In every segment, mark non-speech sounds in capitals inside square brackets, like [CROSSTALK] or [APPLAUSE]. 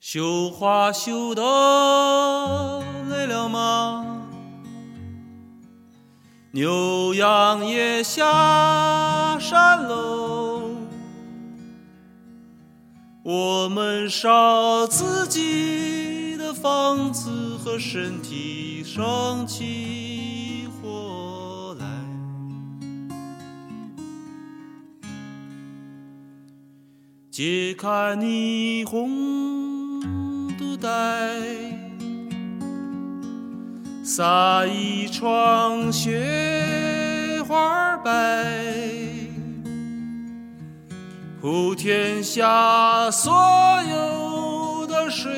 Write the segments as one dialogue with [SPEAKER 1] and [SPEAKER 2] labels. [SPEAKER 1] 绣花绣的累了吗？牛羊也下山喽，我们烧自己的房子和身体，生起火来。解开你红肚带，撒一窗雪花白，普天下所有的水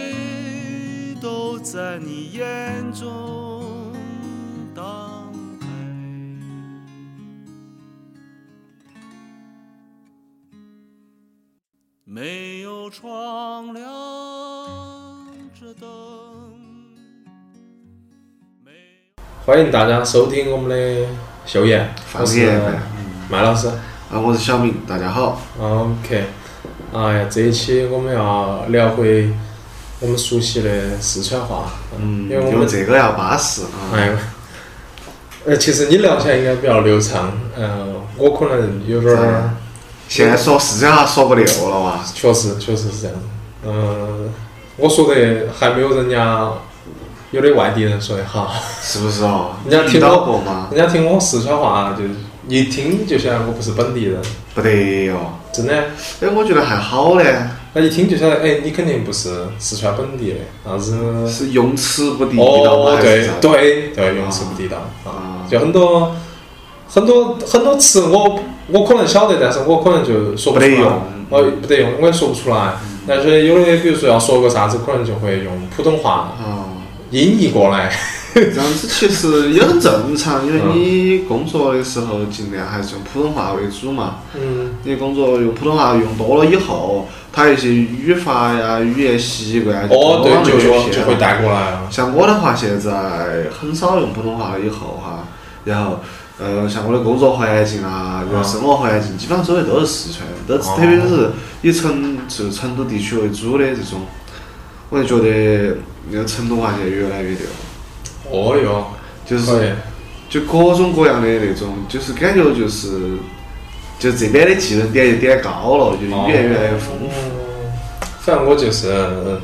[SPEAKER 1] 都在你眼中荡开。没有窗，亮着灯。没有
[SPEAKER 2] 欢迎大家收听我们的宵夜，我是
[SPEAKER 3] 宵夜呗
[SPEAKER 2] 麦老师。
[SPEAKER 3] 啊，我是小明，大家好。
[SPEAKER 2] OK，哎呀，这一期我们要聊回我们熟悉的四川话，
[SPEAKER 3] 嗯，
[SPEAKER 2] 因为我们
[SPEAKER 3] 用这个要巴适啊。
[SPEAKER 2] 哎，呃，其实你聊起来应该比较流畅，嗯、我可能有点
[SPEAKER 3] 是
[SPEAKER 2] 儿
[SPEAKER 3] 啊，现在说四川话说不溜了哇。
[SPEAKER 2] 确实确实是这样，嗯、我说的还没有人家有的外地人说的好，
[SPEAKER 3] 是不是哦？
[SPEAKER 2] 人家
[SPEAKER 3] 遇
[SPEAKER 2] 听
[SPEAKER 3] 到
[SPEAKER 2] 我
[SPEAKER 3] 过吗？
[SPEAKER 2] 人家听我四川话就一听就晓得我不是本地人，
[SPEAKER 3] 不得哟。
[SPEAKER 2] 真的。
[SPEAKER 3] 哎，我觉得还好嘞，
[SPEAKER 2] 那一听就晓得，哎，你肯定不是四川本地的，啥子？
[SPEAKER 3] 是用词不地道吗？
[SPEAKER 2] 哦，
[SPEAKER 3] 还是
[SPEAKER 2] 对
[SPEAKER 3] 啥子
[SPEAKER 2] 对对，用词不地道啊
[SPEAKER 3] 啊，
[SPEAKER 2] 就很多很多很多词我我可能晓得，但是我可能就说不出
[SPEAKER 3] 不
[SPEAKER 2] 来
[SPEAKER 3] 得用，
[SPEAKER 2] 我不得用，我也说不出来。但是有的，比如说要说个啥子，可能就会用普通话
[SPEAKER 3] 哦，
[SPEAKER 2] 音译过来。
[SPEAKER 3] 这样子其实也很正常，因为你工作的时候尽量还是用普通话为主嘛。
[SPEAKER 2] 嗯，
[SPEAKER 3] 你工作用普通话用多了以后，他一些语法呀、语言习惯就
[SPEAKER 2] 哦，
[SPEAKER 3] 往
[SPEAKER 2] 对，
[SPEAKER 3] 那
[SPEAKER 2] 就
[SPEAKER 3] 边
[SPEAKER 2] 说
[SPEAKER 3] 偏
[SPEAKER 2] 就
[SPEAKER 3] 了
[SPEAKER 2] 会带过来啊。
[SPEAKER 3] 像我的话，现在很少用普通话了以后哈，然后呃，像我的工作环境啊，然后生活环境，基本上周围都是四川，都是
[SPEAKER 2] 哦
[SPEAKER 3] 特别是以成就成都地区为主的这种，我就觉得那个成都话现在越来越溜，
[SPEAKER 2] 哦哟，哎
[SPEAKER 3] 就是
[SPEAKER 2] 对，
[SPEAKER 3] 就各种各样的那种，就是感觉就是就这边的技能点就点高了，就语言越来越丰富。。
[SPEAKER 2] 哦反正我就是呃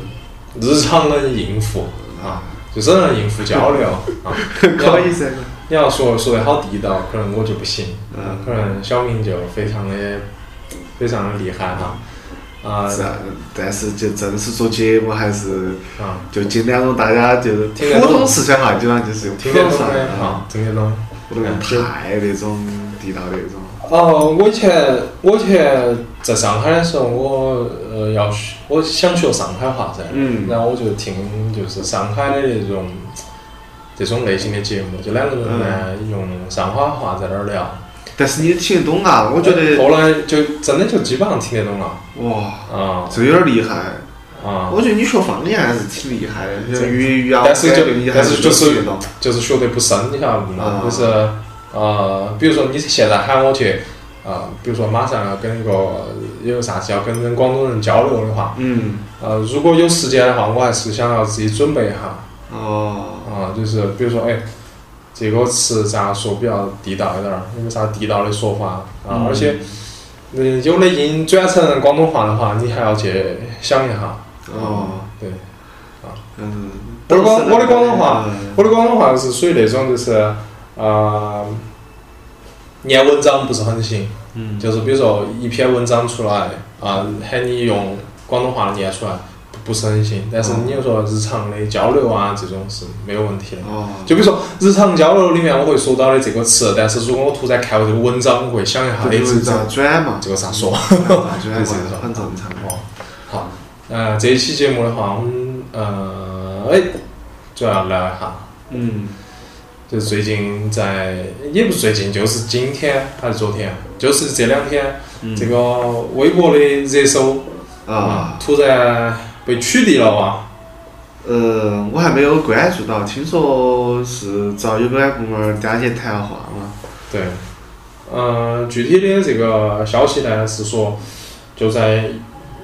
[SPEAKER 2] 日常能应付啊，就是能应付交流 [LAUGHS] 啊
[SPEAKER 3] [LAUGHS] 可以噻，
[SPEAKER 2] 你要说说得好地道，可能我就不行，
[SPEAKER 3] 嗯
[SPEAKER 2] 可能小明就非常的非常的厉害哈，啊
[SPEAKER 3] 是啊，但是就正式做节目还是
[SPEAKER 2] 啊，
[SPEAKER 3] 就尽量让大家就是
[SPEAKER 2] 听得
[SPEAKER 3] 普
[SPEAKER 2] 懂
[SPEAKER 3] 通四川话，基本上就是用普
[SPEAKER 2] 听得
[SPEAKER 3] 通
[SPEAKER 2] 懂
[SPEAKER 3] 话
[SPEAKER 2] 的啊，，听得懂。
[SPEAKER 3] 不能用
[SPEAKER 2] 嗯就
[SPEAKER 3] 太那种地道的那种。
[SPEAKER 2] 哦，我以前我以前在上海的时候，我呃要学，我想学上海话噻，
[SPEAKER 3] 嗯
[SPEAKER 2] 然后我就听就是上海的那种这种类型的节目，就两个人呢、用上海话在那儿聊，
[SPEAKER 3] 但是你也听得懂啊，我觉得
[SPEAKER 2] 后来就真的就基本上听得懂了
[SPEAKER 3] 哇，
[SPEAKER 2] 啊
[SPEAKER 3] 这有点厉害。
[SPEAKER 2] 啊，
[SPEAKER 3] 我觉得你学方言还是挺厉害的，
[SPEAKER 2] 这
[SPEAKER 3] 像粤语啊，
[SPEAKER 2] 但是就
[SPEAKER 3] 我感觉你还
[SPEAKER 2] 但是就是
[SPEAKER 3] 听得懂。
[SPEAKER 2] 就是学得不深，你晓得不嘛
[SPEAKER 3] 啊？
[SPEAKER 2] 就是呃，比如说你现在喊我去啊、呃比如说马上要跟一个有啥子要跟人广东人交流的话，
[SPEAKER 3] 嗯，
[SPEAKER 2] 呃，如果有时间的话，我还是想要自己准备一下
[SPEAKER 3] 哦，
[SPEAKER 2] 啊、就是比如说哎，这个词咋说比较地道一点儿，有没有啥地道的说法啊？
[SPEAKER 3] 嗯
[SPEAKER 2] 而且，嗯，有的音转成广东话的话，你还要去想一下。
[SPEAKER 3] 哦，
[SPEAKER 2] 对。
[SPEAKER 3] 嗯，
[SPEAKER 2] 我的广我的广东话
[SPEAKER 3] 嗯，
[SPEAKER 2] 我的广东话是属于那种就是，呃，念文章不是很行，
[SPEAKER 3] 嗯，
[SPEAKER 2] 就是比如说一篇文章出来啊、喊你用广东话念出来，不不是很行。但是你又说日常的交流啊，这种是没有问题的。
[SPEAKER 3] 哦，
[SPEAKER 2] 就比如说日常交流里面我会说到的这个词，但是如果我突然看到这个文章，我会想一下，哎，
[SPEAKER 3] 就
[SPEAKER 2] 这
[SPEAKER 3] 是
[SPEAKER 2] 个
[SPEAKER 3] 这样转嘛，
[SPEAKER 2] 这个咋说？
[SPEAKER 3] 转嘛，很正常。
[SPEAKER 2] 哦，好，呃，这一期节目的话，我们呃，哎，主要聊一下。
[SPEAKER 3] 嗯，
[SPEAKER 2] 就是最近在，也不是最近，就是今天还是昨天，就是这两天，
[SPEAKER 3] 嗯
[SPEAKER 2] 这个微博的热搜
[SPEAKER 3] 啊，
[SPEAKER 2] 突然被取缔了哇！
[SPEAKER 3] 呃，我还没有关注到，听说是找有关部门加去谈话嘛。
[SPEAKER 2] 对，呃嗯、具体的这个消息呢是说，就在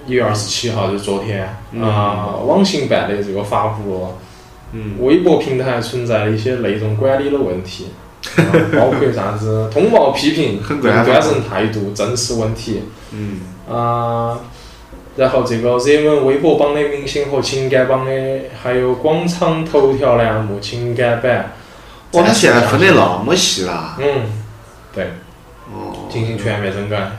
[SPEAKER 2] 一月二十七号，就是昨天啊、网信办的这个发布了，
[SPEAKER 3] 嗯，
[SPEAKER 2] 微博平台存在的一些内容管理的问
[SPEAKER 3] [LAUGHS]
[SPEAKER 2] 题，啊包括啥子通报批评、
[SPEAKER 3] 很官
[SPEAKER 2] 端
[SPEAKER 3] 方
[SPEAKER 2] 正态度、正视问题，
[SPEAKER 3] 嗯，
[SPEAKER 2] 啊，然后这个热门微博榜的明星和情感榜的，还有广场头条栏目情感版。
[SPEAKER 3] 哇，他现在分得那么细啦，
[SPEAKER 2] 嗯，对，
[SPEAKER 3] 哦，
[SPEAKER 2] 进行全面整改。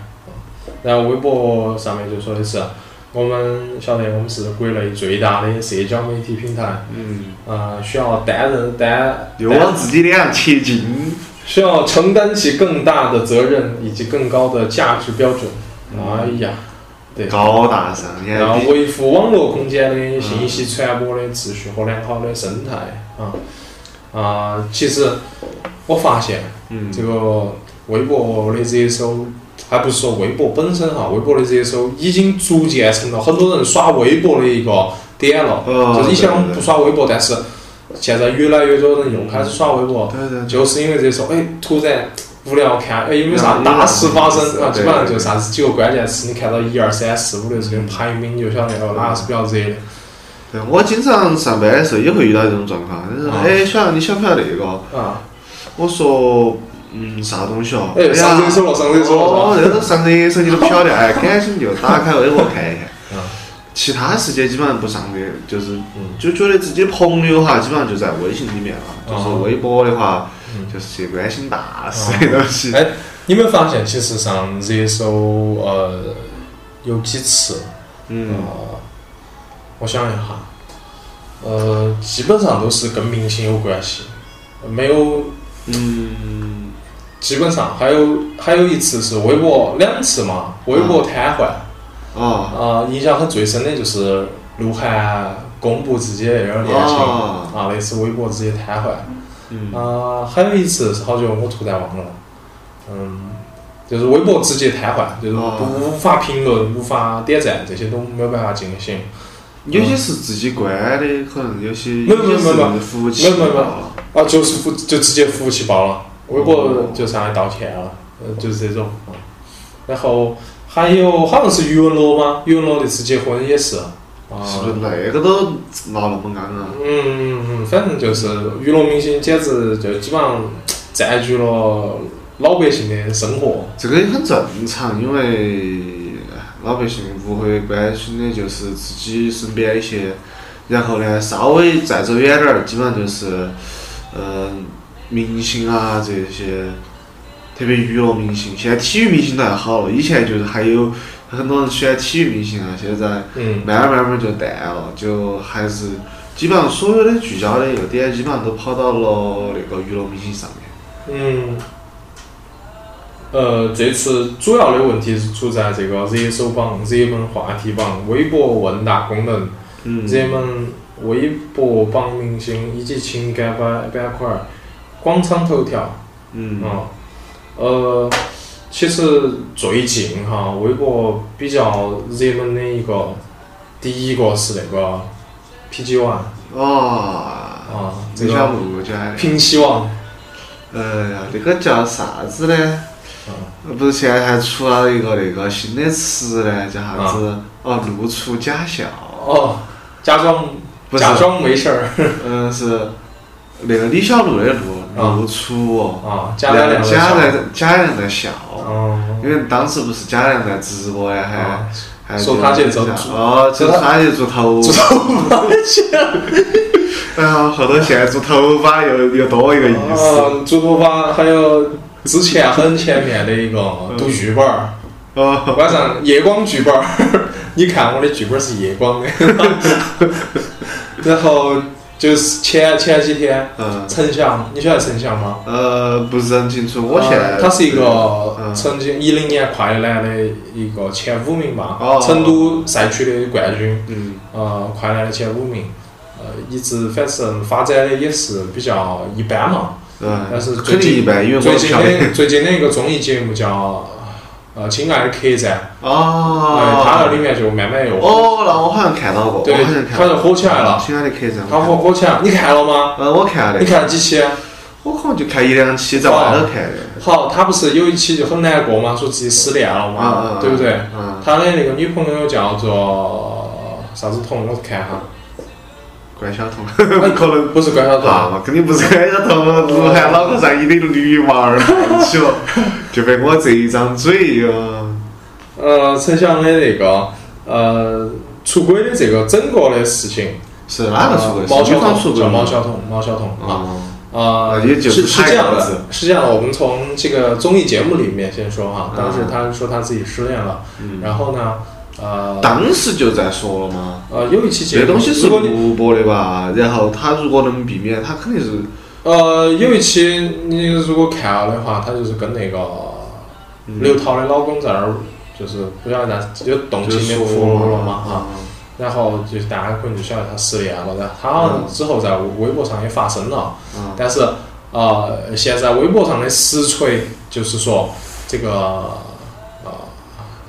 [SPEAKER 2] 然后微博上面就说的是，啊我们晓得我们是国内最大的社交媒体平台，
[SPEAKER 3] 嗯，
[SPEAKER 2] 啊、需要担任担
[SPEAKER 3] 又往自己脸上贴金，
[SPEAKER 2] 需要承担起更大的责任以及更高的价值标准。哎呀，对。
[SPEAKER 3] 高大上，你
[SPEAKER 2] 然后
[SPEAKER 3] 看比，
[SPEAKER 2] 维护网络空间的信息传播的秩序和良好的生态啊啊、其实我发现
[SPEAKER 3] 嗯，
[SPEAKER 2] 这个微博的热搜，还不是说微博本身哈，微博的热搜已经逐渐成了很多人刷微博的一个点了。
[SPEAKER 3] 哦
[SPEAKER 2] 就是以前我们
[SPEAKER 3] 对对
[SPEAKER 2] 不刷微博，但是现在越来越多人又开始刷微博，
[SPEAKER 3] 对对对，
[SPEAKER 2] 就是因为热搜，哎，突然无聊看，哎，有没有啥大事发生啊？
[SPEAKER 3] 对
[SPEAKER 2] 基本上就是啥子几个关键词，你看到一二三四五六这种排名，你就晓得哦，哪个是比较热的。
[SPEAKER 3] 对我经常上班的时候也会遇到这种状况，就是
[SPEAKER 2] 啊
[SPEAKER 3] 哎，小杨，你晓不晓得那个？
[SPEAKER 2] 啊，
[SPEAKER 3] 我说，嗯，啥东西哦？
[SPEAKER 2] 哎，
[SPEAKER 3] 呀
[SPEAKER 2] 上热搜了，上热搜了。
[SPEAKER 3] 哦，这都上热搜你都不晓得，哎，赶紧就打开微博看一看
[SPEAKER 2] 嗯。
[SPEAKER 3] 其他时间基本上不上的，就是
[SPEAKER 2] 嗯
[SPEAKER 3] 就觉得自己朋友哈，基本上就在微信里面了。就是微博的话，就是些关心大事的东西。
[SPEAKER 2] 哎，你有没有发现，其实上热搜呃有几次，
[SPEAKER 3] 嗯，
[SPEAKER 2] 呃，我想一下，呃，基本上都是跟明星有关系，没有
[SPEAKER 3] 嗯，
[SPEAKER 2] 基本上还有还有一次是微博两次嘛，微博瘫痪。
[SPEAKER 3] 哦，
[SPEAKER 2] 啊，印象很最深的就是鹿晗公布自己的那段恋情，
[SPEAKER 3] 哦
[SPEAKER 2] 啊，那次微博直接瘫痪。
[SPEAKER 3] 嗯，
[SPEAKER 2] 啊，还有一次是好久我突然忘了，嗯，就是微博直接瘫痪，就是
[SPEAKER 3] 哦
[SPEAKER 2] 不无法评论、无法点赞，这些都没有办法进行。
[SPEAKER 3] 有些是自己关的，可能有些
[SPEAKER 2] 没有没有没有没有
[SPEAKER 3] 有些是服务器
[SPEAKER 2] 没有没有没有
[SPEAKER 3] 了
[SPEAKER 2] 啊，就是服就直接服务器爆了，微
[SPEAKER 3] 哦
[SPEAKER 2] 博就上来道歉了，呃，就是这种。嗯然后还有好像是余文乐吗？余文乐那次结婚也是，啊，
[SPEAKER 3] 是不是那个都闹那么刚啊？
[SPEAKER 2] 嗯，嗯，反正就是娱乐明星，简直就基本上占据了老百姓的生活。
[SPEAKER 3] 这个也很正常，因为老百姓不会关心的就是自己身边一些，然后呢，稍微再走远点儿，基本上就是，嗯、明星啊这些，特别娱乐明星，现在体育明星倒还好了，以前就是还有很多人喜欢体育明星啊，现在
[SPEAKER 2] 嗯，
[SPEAKER 3] 慢慢慢慢就淡了，就还是基本上所有的聚焦的一个点，基本上都跑到了那个娱乐明星上面。
[SPEAKER 2] 嗯，呃，这次主要的问题是出在这个热搜榜、热门话题榜、微博问答功能、
[SPEAKER 3] 嗯
[SPEAKER 2] 热门微博榜明星以及情感板板块、广场头条。
[SPEAKER 3] 嗯
[SPEAKER 2] 啊，呃，其实最近哈，微博比较热门的一个，第一个是那个 PG One
[SPEAKER 3] 啊哦。
[SPEAKER 2] 啊，这
[SPEAKER 3] 这小
[SPEAKER 2] 个
[SPEAKER 3] 木家的，
[SPEAKER 2] 平西王，
[SPEAKER 3] 呃呀，那个叫啥子呢？
[SPEAKER 2] 啊
[SPEAKER 3] 呃不是现在还出了一个那个新的词呢，叫啥
[SPEAKER 2] 啊
[SPEAKER 3] 子？哦，露出假笑，
[SPEAKER 2] 哦，假装
[SPEAKER 3] 不是
[SPEAKER 2] 假装没事儿
[SPEAKER 3] 嗯、是那个李小璐的
[SPEAKER 2] 啊
[SPEAKER 3] 露，露出，
[SPEAKER 2] 啊，假
[SPEAKER 3] 贾
[SPEAKER 2] 两两
[SPEAKER 3] 贾亮在贾亮在笑，
[SPEAKER 2] 嗯，
[SPEAKER 3] 因为当时不是贾亮在直播呀，还
[SPEAKER 2] 啊
[SPEAKER 3] 还
[SPEAKER 2] 说他去做
[SPEAKER 3] 哦，说他去做头
[SPEAKER 2] 做
[SPEAKER 3] [LAUGHS] 发，哎
[SPEAKER 2] [LAUGHS]
[SPEAKER 3] 然后后头现在做头发又又多一个意思，
[SPEAKER 2] 啊，做头发还有之前很前面的一
[SPEAKER 3] 嗯
[SPEAKER 2] 个读剧本儿，
[SPEAKER 3] 哦，
[SPEAKER 2] 晚上夜光剧本儿， [LAUGHS] 你看我的剧本儿是夜光的， [LAUGHS] 然后就是前前几天，
[SPEAKER 3] 嗯，
[SPEAKER 2] 陈翔，你晓得陈翔吗？
[SPEAKER 3] 呃，不是很清楚，我现在
[SPEAKER 2] 呃他是一个
[SPEAKER 3] 嗯
[SPEAKER 2] 曾经一零年快男的一个前五名吧，
[SPEAKER 3] 哦
[SPEAKER 2] 成都赛区的冠军，
[SPEAKER 3] 嗯
[SPEAKER 2] 呃，快男的前五名，呃，一直反正发展的也是比较一般嘛，
[SPEAKER 3] 嗯，
[SPEAKER 2] 但是最
[SPEAKER 3] 肯定一
[SPEAKER 2] 近
[SPEAKER 3] 般，因为我
[SPEAKER 2] 最近
[SPEAKER 3] 晓得
[SPEAKER 2] 的最近的一个综艺节目叫呃《亲爱的客栈》。哎，他那
[SPEAKER 3] 哦
[SPEAKER 2] 里面就慢慢又火，
[SPEAKER 3] 哦，那我好像看到过，
[SPEAKER 2] 对
[SPEAKER 3] 我好像看
[SPEAKER 2] 他就
[SPEAKER 3] 到
[SPEAKER 2] 火起来了
[SPEAKER 3] 亲爱的客栈，
[SPEAKER 2] 他火火起来，你看了吗？
[SPEAKER 3] 呃，我看
[SPEAKER 2] 你
[SPEAKER 3] 了那个，
[SPEAKER 2] 看了几期？
[SPEAKER 3] 我可能就看一两期在外头看的。
[SPEAKER 2] 好，他不是有一期就很难过嘛，说自己失恋了
[SPEAKER 3] 啊
[SPEAKER 2] 嘛，
[SPEAKER 3] 啊，
[SPEAKER 2] 对不对？
[SPEAKER 3] 嗯，
[SPEAKER 2] 他的那个女朋友叫做啥子彤，我看哈，
[SPEAKER 3] 关晓彤， [LAUGHS] 可能
[SPEAKER 2] 不是关晓彤，
[SPEAKER 3] 啊，肯定不是关晓彤，鹿晗脑壳上一堆绿娃儿太起 [LAUGHS] 了，就被我这一张嘴哟。
[SPEAKER 2] 呃，陈翔的那个呃出轨的这个整个的事情，呃
[SPEAKER 3] 是哪个出轨？
[SPEAKER 2] 毛
[SPEAKER 3] 是
[SPEAKER 2] 晓
[SPEAKER 3] 女方出
[SPEAKER 2] 彤
[SPEAKER 3] 轨
[SPEAKER 2] 叫
[SPEAKER 3] 吗
[SPEAKER 2] 毛晓彤，毛晓彤啊。
[SPEAKER 3] 哦
[SPEAKER 2] 啊
[SPEAKER 3] 啊，也就是
[SPEAKER 2] 是是
[SPEAKER 3] 拍
[SPEAKER 2] 这样
[SPEAKER 3] 稿
[SPEAKER 2] 的
[SPEAKER 3] 子，
[SPEAKER 2] 是这样的。我们从这个综艺节目里面先说
[SPEAKER 3] 啊
[SPEAKER 2] 哈，当时他说他自己失恋了，
[SPEAKER 3] 嗯
[SPEAKER 2] 然后呢，呃
[SPEAKER 3] 当时就在说了嘛。
[SPEAKER 2] 呃，有一期节
[SPEAKER 3] 这
[SPEAKER 2] 目，
[SPEAKER 3] 东西是
[SPEAKER 2] 如果你
[SPEAKER 3] 录播的吧？然后他如果能避免，他肯定是
[SPEAKER 2] 呃有一期你如果看了的话，他就是跟那个
[SPEAKER 3] 嗯
[SPEAKER 2] 刘涛的老公在那儿，就是不晓得咋有动
[SPEAKER 3] 就
[SPEAKER 2] 情
[SPEAKER 3] 是
[SPEAKER 2] 的
[SPEAKER 3] 说
[SPEAKER 2] 俘虏了嘛
[SPEAKER 3] 嘛
[SPEAKER 2] 啊，然后就是大家可能就晓得他失恋了，然后他好像之后在微博上也发声了，
[SPEAKER 3] 嗯
[SPEAKER 2] 但是呃，现在微博上的实锤就是说这个呃，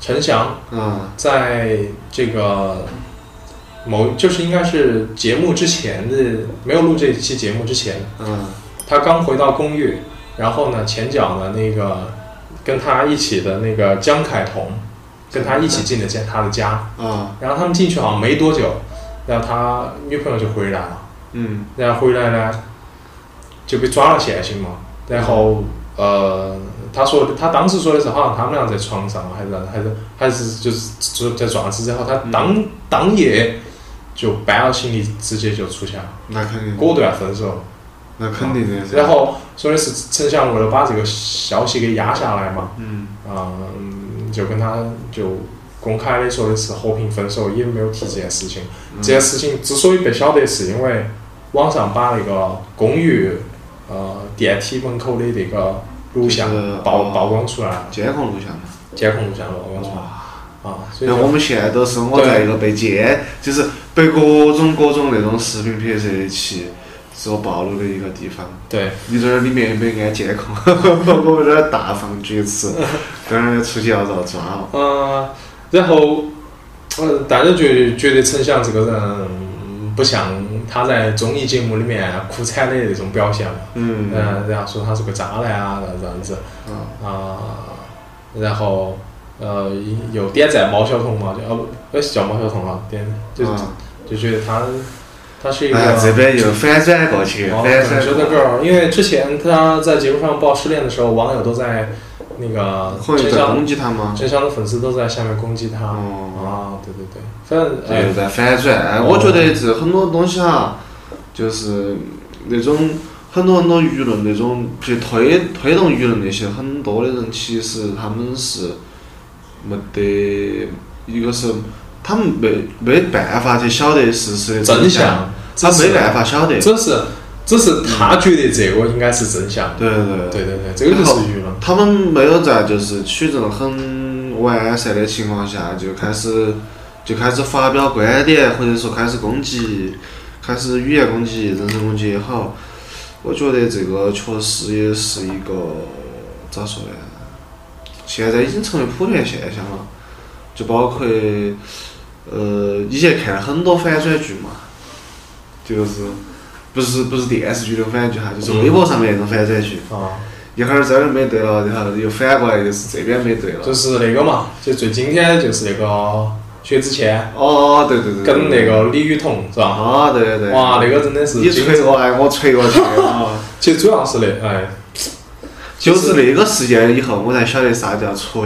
[SPEAKER 2] 陈翔
[SPEAKER 3] 嗯
[SPEAKER 2] 在这个某就是应该是节目之前的没有录这期节目之前，
[SPEAKER 3] 嗯
[SPEAKER 2] 他刚回到公寓，然后呢前脚呢那个跟他一起的那个江凯彤跟他一起进了家他的家。
[SPEAKER 3] 啊
[SPEAKER 2] 然后他们进去好像没多久，然后他女朋友就回来了，
[SPEAKER 3] 嗯
[SPEAKER 2] 然后回来呢就被抓了现行嘛。然后呃，他说他当时说的是好像他们俩在床上还是还是还是就是就在抓子，然后他当、当夜就搬了行李直接就出去了，
[SPEAKER 3] 那肯定，
[SPEAKER 2] 果断分手。
[SPEAKER 3] 那肯定的噻。
[SPEAKER 2] 然后说的是陈翔为了把这个消息给压下来嘛，
[SPEAKER 3] 嗯
[SPEAKER 2] 啊、嗯就跟他就公开的说的是和平分手，也没有提这件事情。这件事情之所以被晓得，是因为网上把那个公寓呃电梯门口的那个录像
[SPEAKER 3] 就是
[SPEAKER 2] 曝
[SPEAKER 3] 哦
[SPEAKER 2] 曝光出来了，
[SPEAKER 3] 监控录像嘛。
[SPEAKER 2] 啊监控录像曝光出来了啊，所以
[SPEAKER 3] 那我
[SPEAKER 2] 说
[SPEAKER 3] 们现在都是我在一个被监，就是被各种各种那种视频拍摄器所暴露的一个地方。
[SPEAKER 2] 对
[SPEAKER 3] 你这儿里面没安监控， [LAUGHS] 我们这儿大放厥词，当然出去要遭抓了。
[SPEAKER 2] 呃，然后呃，大家觉觉得陈翔这个人嗯不像他在综艺节目里面哭惨的那种表现嘛，
[SPEAKER 3] 嗯
[SPEAKER 2] 嗯、然后说他是个渣男啊，然后这样子。
[SPEAKER 3] 啊
[SPEAKER 2] 啊，然后呃有点赞毛晓彤嘛，就呃不是叫毛晓彤啊，点就、
[SPEAKER 3] 啊
[SPEAKER 2] 就觉得他他是一个。
[SPEAKER 3] 哎呀，这边又反转过去，
[SPEAKER 2] 哦
[SPEAKER 3] 反
[SPEAKER 2] 可能
[SPEAKER 3] 转
[SPEAKER 2] 是个
[SPEAKER 3] 过去。
[SPEAKER 2] girl，因为之前他在节目上报失恋的时候，网友都在那个
[SPEAKER 3] 会
[SPEAKER 2] 真
[SPEAKER 3] 有在攻
[SPEAKER 2] 相
[SPEAKER 3] 击他吗？
[SPEAKER 2] 真相的粉丝都在下面攻击他。
[SPEAKER 3] 哦
[SPEAKER 2] 啊，对对对，哦反正
[SPEAKER 3] 又
[SPEAKER 2] 哎
[SPEAKER 3] 在反转。哎我觉得这很多东西啊，就是那种很多很多舆论那种去推推动舆论那些很多的人，其实他们是没得一个是他们没没办法去晓得事实的
[SPEAKER 2] 真
[SPEAKER 3] 相
[SPEAKER 2] 相，，
[SPEAKER 3] 他没办
[SPEAKER 2] 法，
[SPEAKER 3] 法晓得。对
[SPEAKER 2] 只是只是他觉得这个应该是真相。
[SPEAKER 3] 对对
[SPEAKER 2] 对对对，这个就
[SPEAKER 3] 然
[SPEAKER 2] 是
[SPEAKER 3] 后
[SPEAKER 2] 舆论。
[SPEAKER 3] 他们没有在就是取证很完善的情况下就开始就开始发表观点，或者说开始攻击，开始语言攻击、人身攻击也好，我觉得这个确实也是一个咋说呢？现在已经成为普遍现象了，就包括呃以前看很多反转剧嘛，就是不是不是电视剧的反转剧哈，就是微博上面那种反转剧。
[SPEAKER 2] 啊，
[SPEAKER 3] 一会儿这儿没对了，然后又反过来就是这边没对了。
[SPEAKER 2] 就是那个嘛，就最经典的就是那个薛之谦
[SPEAKER 3] 哦，对对对，对
[SPEAKER 2] 跟那个李雨桐是吧？
[SPEAKER 3] 啊，对对对，
[SPEAKER 2] 哇，那个真的是
[SPEAKER 3] 你
[SPEAKER 2] 精
[SPEAKER 3] 锤
[SPEAKER 2] 彩
[SPEAKER 3] 我哎，我
[SPEAKER 2] [LAUGHS]
[SPEAKER 3] 锤我去啊！
[SPEAKER 2] 其实主要是那哎，
[SPEAKER 3] 就是那个事件以后，我才晓得啥叫锤，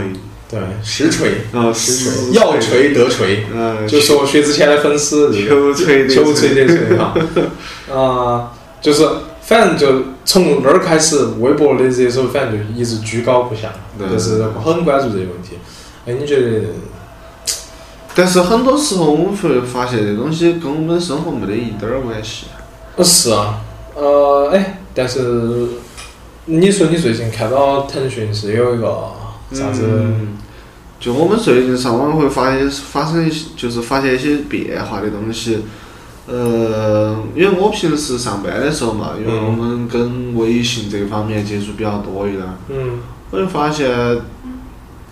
[SPEAKER 2] 对实锤，
[SPEAKER 3] 然后
[SPEAKER 2] 实锤要，锤得锤，
[SPEAKER 3] 嗯，
[SPEAKER 2] 就说 [LAUGHS] 薛之谦的粉丝这个
[SPEAKER 3] 求锤的
[SPEAKER 2] 求锤得锤哈， [LAUGHS] 啊，就是反正就从那儿开始，微博的热搜反正就一直居高不下，
[SPEAKER 3] 对
[SPEAKER 2] 就是很关注这个问题。哎，你觉得？
[SPEAKER 3] 但是很多时候我们会发现，这东西跟我们的生活没得一点儿关系。
[SPEAKER 2] 呃，是啊，呃，哎，但是你说你最近看到腾讯是有一个啥子？
[SPEAKER 3] 嗯就我们最近上网会发现发生一些，就是发现一些变化的东西。呃，因为我平时上班的时候嘛，因为
[SPEAKER 2] 嗯
[SPEAKER 3] 我们跟微信这方面接触比较多一点儿，
[SPEAKER 2] 嗯
[SPEAKER 3] 我就发现，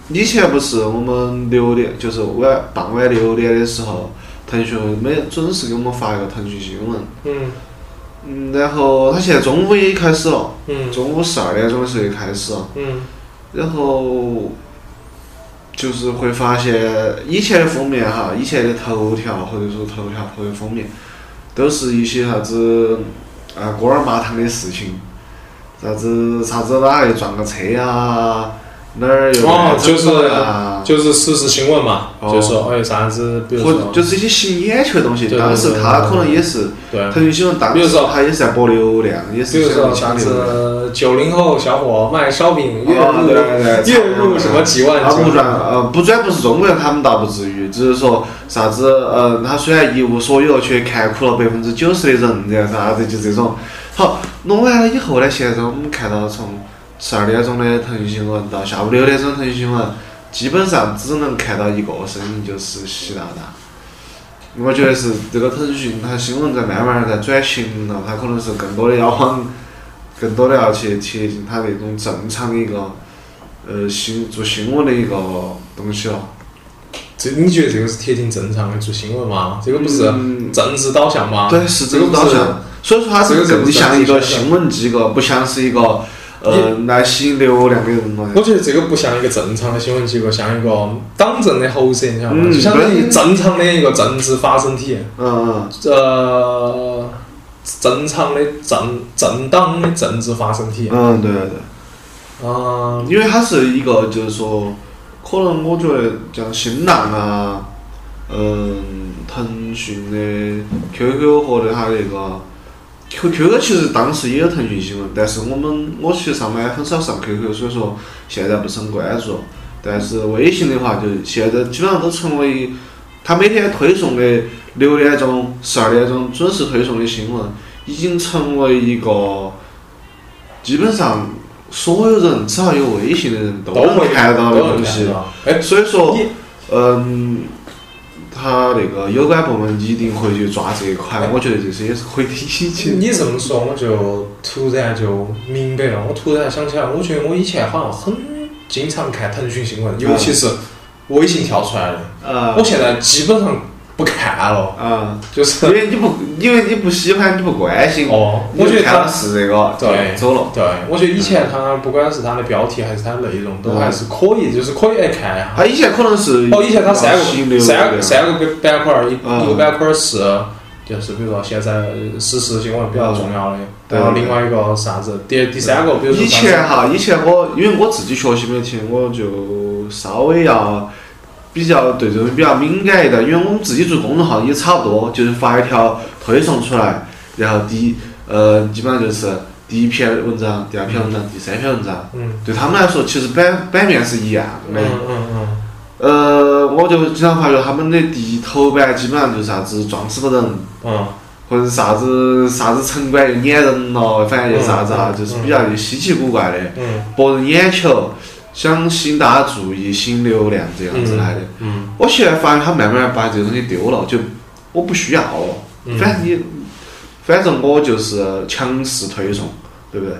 [SPEAKER 3] 以前不是我们六点，就是晚傍晚六点的时候，腾讯每准时给我们发一个腾讯新闻。
[SPEAKER 2] 嗯
[SPEAKER 3] 嗯，然后他现在中午也开始了，
[SPEAKER 2] 嗯
[SPEAKER 3] 中午十二点钟的时候就开始了，
[SPEAKER 2] 嗯
[SPEAKER 3] 然后就是会发现以前的封面哈，以前的头条或者说头条或者封面，都是一些啥子啊锅儿麻糖的事情，啥子啥子哪儿又撞个车啊，哪儿又
[SPEAKER 2] 哦
[SPEAKER 3] 乱
[SPEAKER 2] 就是
[SPEAKER 3] 整啊，
[SPEAKER 2] 就是时事新闻嘛，
[SPEAKER 3] 哦
[SPEAKER 2] 就是说哎有啥子，比如
[SPEAKER 3] 或者
[SPEAKER 2] 说
[SPEAKER 3] 就是一些吸引眼球的东西。
[SPEAKER 2] 对对
[SPEAKER 3] 当时
[SPEAKER 2] 对
[SPEAKER 3] 他
[SPEAKER 2] 对
[SPEAKER 3] 可能也是，
[SPEAKER 2] 对，
[SPEAKER 3] 腾讯新闻当
[SPEAKER 2] 嗯比如
[SPEAKER 3] 时
[SPEAKER 2] 说
[SPEAKER 3] 他也是在博流量，也
[SPEAKER 2] 比
[SPEAKER 3] 是
[SPEAKER 2] 如
[SPEAKER 3] 想
[SPEAKER 2] 说
[SPEAKER 3] 抢
[SPEAKER 2] 啥
[SPEAKER 3] 流量。
[SPEAKER 2] 子九零后小伙卖烧饼月
[SPEAKER 3] 哦对对对
[SPEAKER 2] 入月入什么几万啊
[SPEAKER 3] 他
[SPEAKER 2] 几
[SPEAKER 3] 不
[SPEAKER 2] 万
[SPEAKER 3] 转，呃，不转不是中国人，他们倒不至于，只是说啥子，呃，他虽然一无所有，却看苦了百分之九十的人，然后啥子就啊这种。好，弄完了以后呢，现在我们看到从十二点钟的腾讯新闻到下午六点钟的腾讯新闻，基本上只能看到一个声音，就是习大大。我觉得是这个腾讯，它新闻在慢慢地在转型了，它可能是更多的要往，更多的要去贴近它那种正常的一个，呃，新做新闻的一个东西了。
[SPEAKER 2] 这你觉得这个是贴近正常的做新闻吗？这个不是
[SPEAKER 3] 嗯
[SPEAKER 2] 政治导向吗？
[SPEAKER 3] 对，是
[SPEAKER 2] 这
[SPEAKER 3] 这
[SPEAKER 2] 个
[SPEAKER 3] 种
[SPEAKER 2] 不
[SPEAKER 3] 导
[SPEAKER 2] 是
[SPEAKER 3] 向。啊所以说它
[SPEAKER 2] 这个
[SPEAKER 3] 是
[SPEAKER 2] 是不
[SPEAKER 3] 更
[SPEAKER 2] 是
[SPEAKER 3] 像一个啊
[SPEAKER 2] 正常
[SPEAKER 3] 新闻机构，不像是一个呃来吸引流量的人了。
[SPEAKER 2] 我觉得这个不像一个正常的新闻机构，像一个党政的喉舌，你晓得吗？
[SPEAKER 3] 嗯
[SPEAKER 2] 就相当于正常的一个政治发生体，
[SPEAKER 3] 嗯，
[SPEAKER 2] 呃，正常的政政党的政治发生体
[SPEAKER 3] 嗯，嗯，对对对。
[SPEAKER 2] 啊、
[SPEAKER 3] 嗯因为它是一个，就是说，可能我觉得像新浪啊，嗯，腾讯的 QQ 或者它那个 QQ 其实当时也有腾讯新闻，但是我们我去上班很少上 QQ，所以说现在不是很关注。但是微信的话，就现在基本上都成为它每天推送的六点钟、十二点钟准时推送的新闻，已经成为一个基本上所有人只要有微信的人都
[SPEAKER 2] 都
[SPEAKER 3] 能
[SPEAKER 2] 会
[SPEAKER 3] 看到的
[SPEAKER 2] 都能
[SPEAKER 3] 东
[SPEAKER 2] 看
[SPEAKER 3] 西。
[SPEAKER 2] 到。哎，
[SPEAKER 3] 所以说
[SPEAKER 2] 你，
[SPEAKER 3] 嗯，他那个有关部门一定会去抓这一块，我觉得这是也是可以理解的。
[SPEAKER 2] 你这么说，我就突然就明白了。我突然想起来，我觉得我以前好像很经常看腾讯新闻，
[SPEAKER 3] 嗯
[SPEAKER 2] 尤其是微信跳出来的。
[SPEAKER 3] [LAUGHS] 啊
[SPEAKER 2] 我现在基本上不看了，
[SPEAKER 3] 啊，
[SPEAKER 2] 就是
[SPEAKER 3] 因为你不，因为你不喜欢，你不关心，
[SPEAKER 2] 哦，
[SPEAKER 3] 你
[SPEAKER 2] 我觉得
[SPEAKER 3] 就看
[SPEAKER 2] 他
[SPEAKER 3] 到是这个，
[SPEAKER 2] 对
[SPEAKER 3] 走了。
[SPEAKER 2] 对，我觉得以前它不管是它的标题还是它的内容，
[SPEAKER 3] 嗯
[SPEAKER 2] 都还是可以，就是可以来看一下。
[SPEAKER 3] 他以前可能是
[SPEAKER 2] 哦，以前它三
[SPEAKER 3] 吸引流
[SPEAKER 2] 个
[SPEAKER 3] 量
[SPEAKER 2] 三个三个板块儿，一
[SPEAKER 3] 嗯
[SPEAKER 2] 一个板块儿是就是比如说现在呃时事新闻比较重要的，
[SPEAKER 3] 对
[SPEAKER 2] 然后另外一个啥子，第第三个比如说
[SPEAKER 3] 以
[SPEAKER 2] 啥子
[SPEAKER 3] 前哈，以前我因为我自己学习媒体，我就稍微要比较对这种比较敏感一点，因为我们自己做公众号也差不多，就是发一条推送出来，然后第一呃基本上就是第一篇文章、第二篇文章、第三篇文章，
[SPEAKER 2] 嗯
[SPEAKER 3] 对他们来说其实版版面是一样
[SPEAKER 2] 嗯
[SPEAKER 3] 的。
[SPEAKER 2] 嗯嗯，
[SPEAKER 3] 呃，我就经常发觉他们的第一头版基本上就是啥子撞死个人，
[SPEAKER 2] 嗯
[SPEAKER 3] 或者是啥子啥子城管又撵人了，反正就是啥子啊，
[SPEAKER 2] 嗯嗯
[SPEAKER 3] 就是比较稀奇古怪的。
[SPEAKER 2] 嗯
[SPEAKER 3] 博人眼球，想吸引大家注意、吸引流量这样子来的。
[SPEAKER 2] 嗯
[SPEAKER 3] 我现在发现他慢慢把这东西丢了，就我不需要了。
[SPEAKER 2] 嗯
[SPEAKER 3] 反正你，反正我就是强势推送，对不对？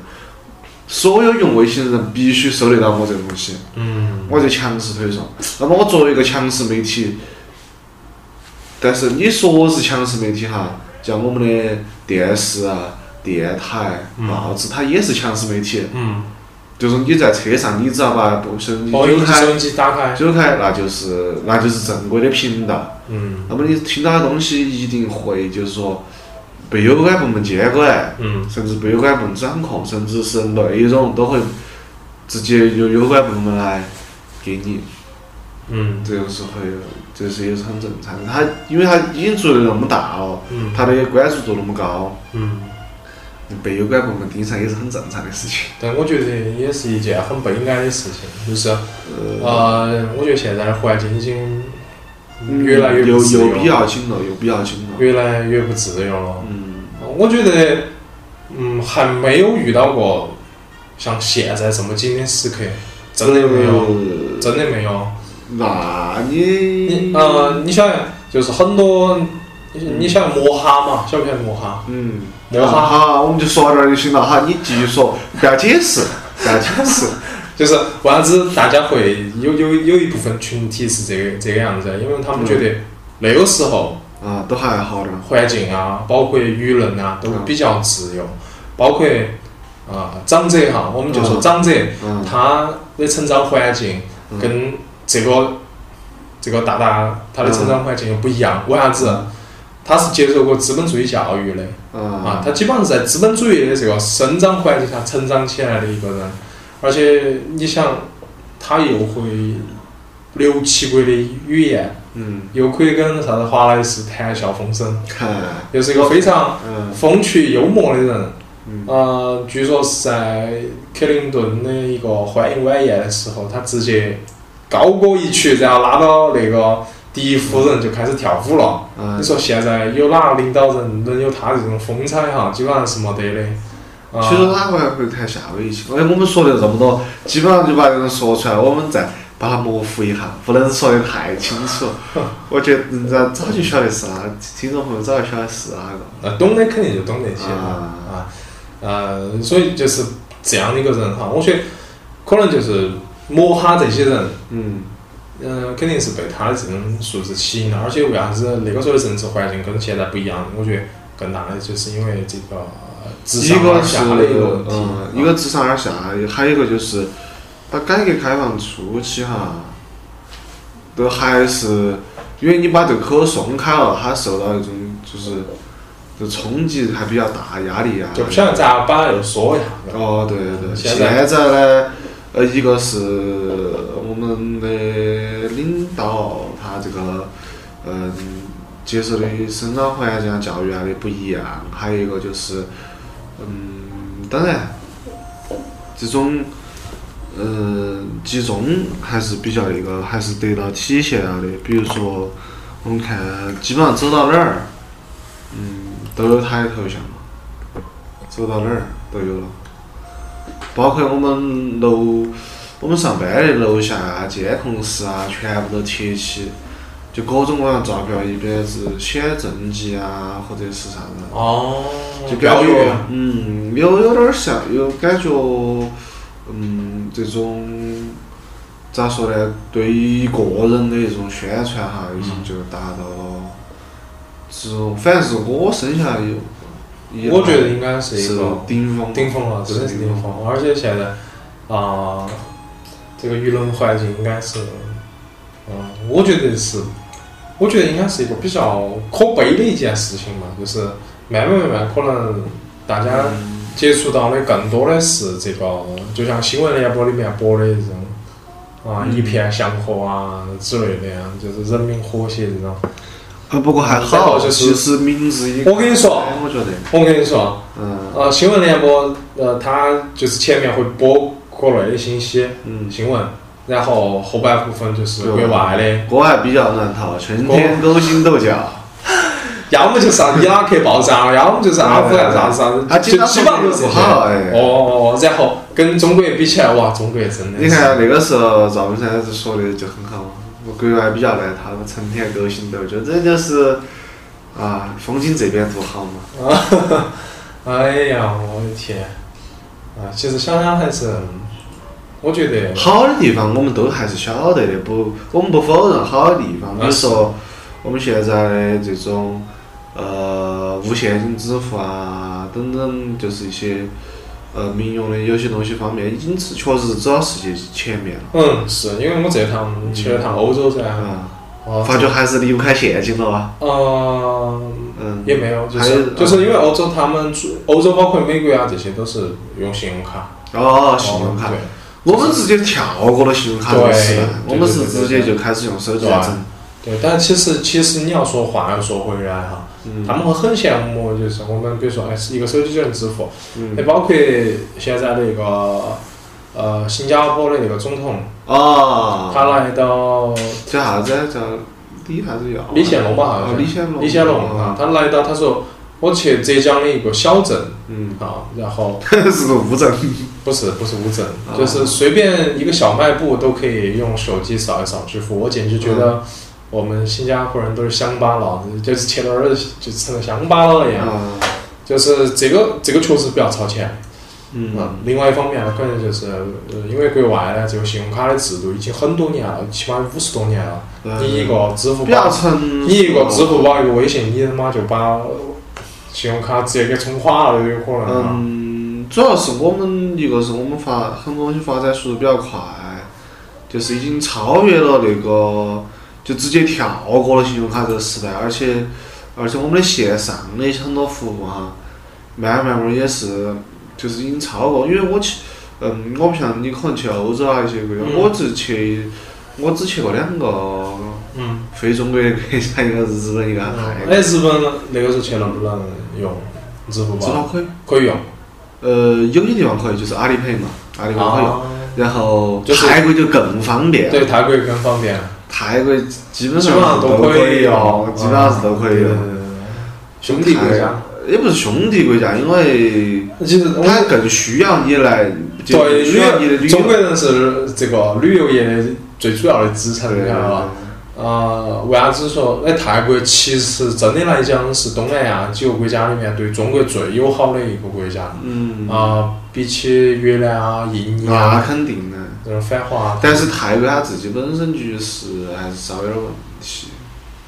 [SPEAKER 3] 所有用微信的人必须收得到我这个东西，
[SPEAKER 2] 嗯
[SPEAKER 3] 我就强势推送。那么我作为一个强势媒体，但是你说是强势媒体哈，像我们的电视啊、电台、
[SPEAKER 2] 嗯
[SPEAKER 3] 报纸，它也是强势媒体。
[SPEAKER 2] 嗯，
[SPEAKER 3] 就是你在车上，你只要把部手机
[SPEAKER 2] 哦，
[SPEAKER 3] 揪
[SPEAKER 2] 你
[SPEAKER 3] 开，
[SPEAKER 2] 手机打开，
[SPEAKER 3] 揪开，那就是那就是正规的频道。
[SPEAKER 2] 嗯
[SPEAKER 3] 那么你听到的东西一定会就是说被有关部门监管，
[SPEAKER 2] 嗯
[SPEAKER 3] 甚至被有关部门掌控，甚至是内容都会直接由有关部门来给你，
[SPEAKER 2] 嗯
[SPEAKER 3] 这个是会，这是也是很正常的。他因为他已经做得那么大了，
[SPEAKER 2] 嗯
[SPEAKER 3] 他的关注度那么高，
[SPEAKER 2] 嗯。
[SPEAKER 3] 被有关部门盯上也是很正常的事情。
[SPEAKER 2] 但我觉得也是一件很不应该的事情，就是，呃，我觉得现在的环境已经越来越
[SPEAKER 3] 嗯有
[SPEAKER 2] 不自由
[SPEAKER 3] 有，必要紧了，有必要紧了。
[SPEAKER 2] 越来越不自由了。
[SPEAKER 3] 嗯。
[SPEAKER 2] 我觉得，嗯，还没有遇到过像现在这么紧的时刻，真的没有，
[SPEAKER 3] 有。
[SPEAKER 2] 真的没有。
[SPEAKER 3] 那你
[SPEAKER 2] 你，呃，你晓得，就是很多，你你晓得摩哈嘛，晓不晓得摩哈？
[SPEAKER 3] 嗯，
[SPEAKER 2] 摩
[SPEAKER 3] 好
[SPEAKER 2] 哈
[SPEAKER 3] 好，我们就说到这儿就行了哈，你继续说，不要解释，不要解释。
[SPEAKER 2] 就是为啥子大家会有有有一部分群体是这个这个样子？因为他们觉得那个时候
[SPEAKER 3] 啊，都还好的。
[SPEAKER 2] 环境啊，包括舆论啊，
[SPEAKER 3] 嗯
[SPEAKER 2] 都比较自由，包括啊、长者哈，我们就说
[SPEAKER 3] 嗯
[SPEAKER 2] 长者、
[SPEAKER 3] 嗯
[SPEAKER 2] 他的成长环境
[SPEAKER 3] 嗯
[SPEAKER 2] 跟这个、这个大大他的成
[SPEAKER 3] 嗯
[SPEAKER 2] 长环境又不一样，为啥子？他是接受过资本主义教育的啊
[SPEAKER 3] 啊，
[SPEAKER 2] 他基本上是在资本主义的这个生长环境下成长起来的一个人，而且你想，他又会六七国的语言，
[SPEAKER 3] 嗯，
[SPEAKER 2] 又可以跟啥子华莱士谈笑风生，
[SPEAKER 3] 看，
[SPEAKER 2] 又是一个非常
[SPEAKER 3] 嗯
[SPEAKER 2] 风趣幽默的人。
[SPEAKER 3] 嗯
[SPEAKER 2] 呃，据说是在克林顿的一个欢迎晚宴的时候，他直接高歌一曲，然后拉到那个第一夫人就开始跳舞了。
[SPEAKER 3] 嗯
[SPEAKER 2] 你，说现在有哪个领导人能有他这种风采哈？基本上是没得的。啊、
[SPEAKER 3] 其实哪个还会谈夏威夷去？哎，我们说的这么多，基本上就把这种说出来，我们再把它模糊一下，不能说的太清楚。我觉得人家早就晓得是哪个，听众朋友早就晓得是哪个。
[SPEAKER 2] 呃，懂的肯定就懂那些
[SPEAKER 3] 啊
[SPEAKER 2] 啊啊，呃，所以就是这样的一个人哈，我觉得可能就是摩哈这些人，
[SPEAKER 3] 嗯
[SPEAKER 2] 嗯、肯定是被他的这种素质吸引了，而且为啥子那个时候的政治环境跟现在不一样？我觉得更大的就是因为这个呃智
[SPEAKER 3] 一
[SPEAKER 2] 商往
[SPEAKER 3] 个是
[SPEAKER 2] 下的一个问题，啊
[SPEAKER 3] 嗯，一个智商有点下，还有一个就是，它改革开放初期哈，都还是因为你把这个口松开了，它受到一种就是就冲击还比较大，压力啊。
[SPEAKER 2] 就不晓得咋把它又说一下。
[SPEAKER 3] 哦，对对对，
[SPEAKER 2] 现
[SPEAKER 3] 现
[SPEAKER 2] 在
[SPEAKER 3] 在呢，呃，一个是我们的领导他这个嗯接受的生长环境啊、教育啊的不一样，还有一个就是嗯，当然这种。嗯，集中还是比较那个，还是得到体现啊了的。比如说，我们看基本上走到哪儿，嗯，都有他的头像嘛。走到哪儿都有了，包括我们楼，我们上班的楼下啊、监控室啊，全部都贴起，就各种各样的照片，一边是显政绩啊，或者是啥子，
[SPEAKER 2] 哦，
[SPEAKER 3] 就感
[SPEAKER 2] 标语
[SPEAKER 3] 觉，嗯，有有点儿像，有感觉，嗯，这种咋说呢？对于个人的一种宣传哈，已
[SPEAKER 2] 嗯
[SPEAKER 3] 经就达到了，这种反正是我生下来有，也
[SPEAKER 2] 我觉得应该是一
[SPEAKER 3] 是
[SPEAKER 2] 个
[SPEAKER 3] 顶峰，
[SPEAKER 2] 顶峰了，真的是顶峰。而且现在啊、这个舆论环境应该是，嗯、我觉得是，我觉得应该是一个比较可悲的一件事情嘛，就是慢慢慢慢可能大家
[SPEAKER 3] 嗯
[SPEAKER 2] 接触到的更多的是这个，就像新闻联播里面播的这种。啊，
[SPEAKER 3] 嗯
[SPEAKER 2] 一片祥和啊之类的呀，就是人民和谐这种。
[SPEAKER 3] 啊，不过还
[SPEAKER 2] 然后
[SPEAKER 3] 好，
[SPEAKER 2] 就是
[SPEAKER 3] 其实名字也，
[SPEAKER 2] 我跟你说
[SPEAKER 3] 哎，我觉得，
[SPEAKER 2] 我跟你说啊，
[SPEAKER 3] 嗯
[SPEAKER 2] 呃，新闻联播，呃，它就是前面会播国内的信息，
[SPEAKER 3] 嗯，
[SPEAKER 2] 新闻，然后后半部分就是国外的，
[SPEAKER 3] 国外比较乱套，全天勾心斗角，
[SPEAKER 2] 要么就是啥伊拉克爆炸，要么就是阿富汗啥啥子，
[SPEAKER 3] 啊，
[SPEAKER 2] 就基本上都是
[SPEAKER 3] 不
[SPEAKER 2] 这些。
[SPEAKER 3] 好
[SPEAKER 2] 哦
[SPEAKER 3] 哎。
[SPEAKER 2] 哦哦，然后跟中国比起来，哇，中国真的
[SPEAKER 3] 啊你
[SPEAKER 2] 是，
[SPEAKER 3] 看那个时候赵本山就说的就很好嘛，我国外比较乱套，成天勾心斗角，这就是啊，风景这边独好嘛。
[SPEAKER 2] 哎呀，我的天，啊，其实想想还是，我觉得，
[SPEAKER 3] 好的地方我们都还是晓得的，不，我们不否认好的地方，比
[SPEAKER 2] 啊
[SPEAKER 3] 如
[SPEAKER 2] 是
[SPEAKER 3] 说我们现在的这种呃无现金支付啊等等，就是一些呃民用的有些东西方面，已经是确实走到世界前面了
[SPEAKER 2] 嗯，是因为我这趟去了趟欧洲噻，
[SPEAKER 3] 啊，
[SPEAKER 2] 哦
[SPEAKER 3] 嗯发觉还是离不开现金了吧？
[SPEAKER 2] 嗯。
[SPEAKER 3] 嗯，
[SPEAKER 2] 也没有，就
[SPEAKER 3] 还嗯
[SPEAKER 2] 是
[SPEAKER 3] 有
[SPEAKER 2] 就是因为欧洲他们主，欧洲包括美国啊，这些都是用信用卡，
[SPEAKER 3] 哦，信用卡
[SPEAKER 2] 哦，
[SPEAKER 3] 我们直接跳过了信用卡
[SPEAKER 2] 对
[SPEAKER 3] 这事，
[SPEAKER 2] 对
[SPEAKER 3] 我们
[SPEAKER 2] 对
[SPEAKER 3] 是
[SPEAKER 2] 对
[SPEAKER 3] 直接就开始用手机啊来
[SPEAKER 2] 对
[SPEAKER 3] 整，
[SPEAKER 2] 对对。但其实其实你要说话又说回来哈，
[SPEAKER 3] 嗯
[SPEAKER 2] 他们会很羡慕，就是我们比如说哎，是一个手机就能支付，那
[SPEAKER 3] 嗯，
[SPEAKER 2] 哎包括现在那个呃新加坡的那个总统，
[SPEAKER 3] 哦，
[SPEAKER 2] 他来到
[SPEAKER 3] 叫啥子？啊叫李啥子耀？
[SPEAKER 2] 李显龙吧好
[SPEAKER 3] 哦
[SPEAKER 2] 像，
[SPEAKER 3] 李
[SPEAKER 2] 是
[SPEAKER 3] 显龙。
[SPEAKER 2] 李显龙啊，。他来到他说我去浙江的一个小镇
[SPEAKER 3] 嗯， [LAUGHS]
[SPEAKER 2] 啊，然后
[SPEAKER 3] 是个乌镇。
[SPEAKER 2] 不是不是无证，
[SPEAKER 3] 啊
[SPEAKER 2] 就是随便一个小卖部都可以用手机扫一扫支付。我简直觉
[SPEAKER 3] 嗯
[SPEAKER 2] 得我们新加坡人都是乡巴佬，就是前轮儿就成了乡巴佬一样。
[SPEAKER 3] 啊，
[SPEAKER 2] 就是这个这个确实比较超前。嗯啊，另外一方面呢，可能就是呃，因为国外呢，这个信用卡的制度已经很多年了，起码五十多年了。
[SPEAKER 3] 嗯
[SPEAKER 2] 你一个支付
[SPEAKER 3] 比较
[SPEAKER 2] 宝，
[SPEAKER 3] 成熟，
[SPEAKER 2] 你一个支付宝，一个微信，你他妈就把信用卡直接给冲垮了，都有可能啊。
[SPEAKER 3] 嗯，主要是我们一个是我们发很多东西发展速度比较快，就是已经超越了那个，就直接跳过了信用卡这个时代，而且而且我们的线上的很多服务哈，慢慢慢慢也是就是已经超过，因为我去，嗯，我不像你可能去欧洲啊一些国家，
[SPEAKER 2] 嗯
[SPEAKER 3] 我只去我只去过两个
[SPEAKER 2] 嗯，
[SPEAKER 3] 非中国的国家，一个日本，一个泰国，
[SPEAKER 2] 哎，日本那个时候去能不能用支付
[SPEAKER 3] 至少
[SPEAKER 2] 宝？
[SPEAKER 3] 可以，
[SPEAKER 2] 可以用。
[SPEAKER 3] 呃，有些地方可以，就是阿里配嘛，阿里配可以。
[SPEAKER 2] 啊，
[SPEAKER 3] 然后
[SPEAKER 2] 就是
[SPEAKER 3] 泰国就更方便，
[SPEAKER 2] 对，，泰国更方便，
[SPEAKER 3] 泰国基本
[SPEAKER 2] 基
[SPEAKER 3] 上
[SPEAKER 2] 本上
[SPEAKER 3] 是都
[SPEAKER 2] 可以啊
[SPEAKER 3] 哦，基本上是都可以
[SPEAKER 2] 对对
[SPEAKER 3] 的。
[SPEAKER 2] 对对兄弟啊国家，
[SPEAKER 3] 也不是兄弟国家，因为
[SPEAKER 2] 其实我
[SPEAKER 3] 它更需要你来，就
[SPEAKER 2] 对
[SPEAKER 3] 需要你的旅
[SPEAKER 2] 旅
[SPEAKER 3] 游
[SPEAKER 2] 中国人是这个旅游业的最主要的支撑，你
[SPEAKER 3] 对
[SPEAKER 2] 看啊。呃，为啥子说哎，泰国其实真的来讲是东南亚几个国家里面对中国最友好的一个国家啊、
[SPEAKER 3] 嗯，
[SPEAKER 2] 比起越南啊、印尼
[SPEAKER 3] 那
[SPEAKER 2] 啊
[SPEAKER 3] 肯定的。
[SPEAKER 2] 这种啊繁华，
[SPEAKER 3] 但是泰国它自己本身局势还是稍有点问题，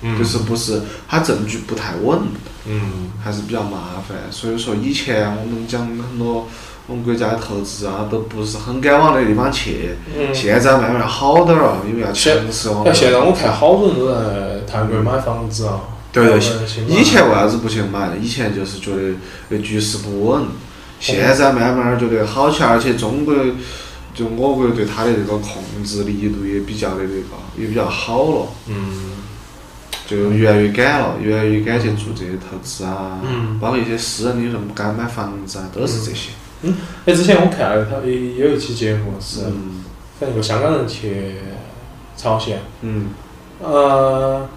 [SPEAKER 2] 嗯
[SPEAKER 3] 就是不是它政局不太稳，
[SPEAKER 2] 嗯
[SPEAKER 3] 还是比较麻烦。所以说以前我们讲很多我们国家的投资啊，都不是很敢往那地方去。
[SPEAKER 2] 嗯。
[SPEAKER 3] 现在慢慢好点儿了，因为要强势往
[SPEAKER 2] 哎，现在我看好多人都在泰国买房子啊。
[SPEAKER 3] 对对
[SPEAKER 2] 买新房
[SPEAKER 3] 以前为啥子不去买？以前就是觉得呃局势不稳，现在慢慢儿觉得好起来，而且中国就我国对它的这个控制力度也比较的那个也比较好了，
[SPEAKER 2] 嗯
[SPEAKER 3] 就越来越敢了，越来越敢去做这些投资啊，
[SPEAKER 2] 嗯
[SPEAKER 3] 包括一些私人的什么敢买房子啊，都是这些。
[SPEAKER 2] 哎，之前我看了他有有一期节目是，
[SPEAKER 3] 嗯
[SPEAKER 2] 反正一个香港人去朝鲜，
[SPEAKER 3] 嗯
[SPEAKER 2] 呃，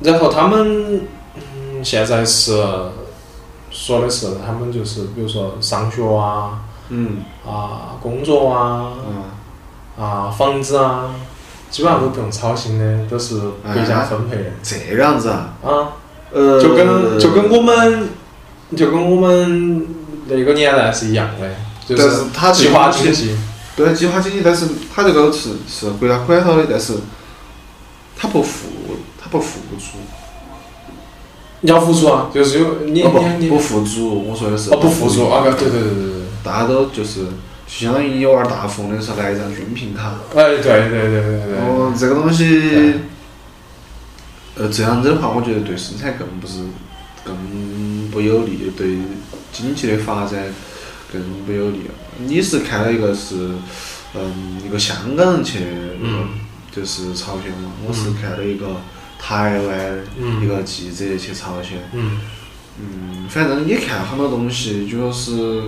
[SPEAKER 2] 然后他们嗯现在是说的是他们就是比如说上学啊
[SPEAKER 3] 嗯
[SPEAKER 2] 啊工作啊
[SPEAKER 3] 嗯，
[SPEAKER 2] 啊房子啊，基本上都不用操心的，都是国家分配的
[SPEAKER 3] 这个样子啊，
[SPEAKER 2] 啊，
[SPEAKER 3] 呃，
[SPEAKER 2] 就跟就跟我们就跟我们那个年代是一样的，就
[SPEAKER 3] 但是
[SPEAKER 2] 是
[SPEAKER 3] 它这
[SPEAKER 2] 计
[SPEAKER 3] 个
[SPEAKER 2] 划
[SPEAKER 3] 东西
[SPEAKER 2] 经济，
[SPEAKER 3] 对，计划经济，但是它这个是是国家管好的，但是它不付，它不付出，
[SPEAKER 2] 你要付出啊，就是有你你
[SPEAKER 3] 哦不
[SPEAKER 2] 你
[SPEAKER 3] 不付出，我说的是
[SPEAKER 2] 哦不付出，啊，对对对对对。
[SPEAKER 3] 大家都就是就相当于你玩大富翁的时候来一张军品卡，
[SPEAKER 2] 哎，对对对对对对，
[SPEAKER 3] 哦，这个东
[SPEAKER 2] 对
[SPEAKER 3] 西，呃，这样子的话，我觉得对生产更不是更不有利，对经济的发展更不有利。你是看到一个是嗯一个香港人去
[SPEAKER 2] 嗯
[SPEAKER 3] 就是朝鲜嘛，我是看到一个台湾
[SPEAKER 2] 嗯
[SPEAKER 3] 一个记者去朝鲜，
[SPEAKER 2] 嗯
[SPEAKER 3] 嗯，反正也看很多东西，就说是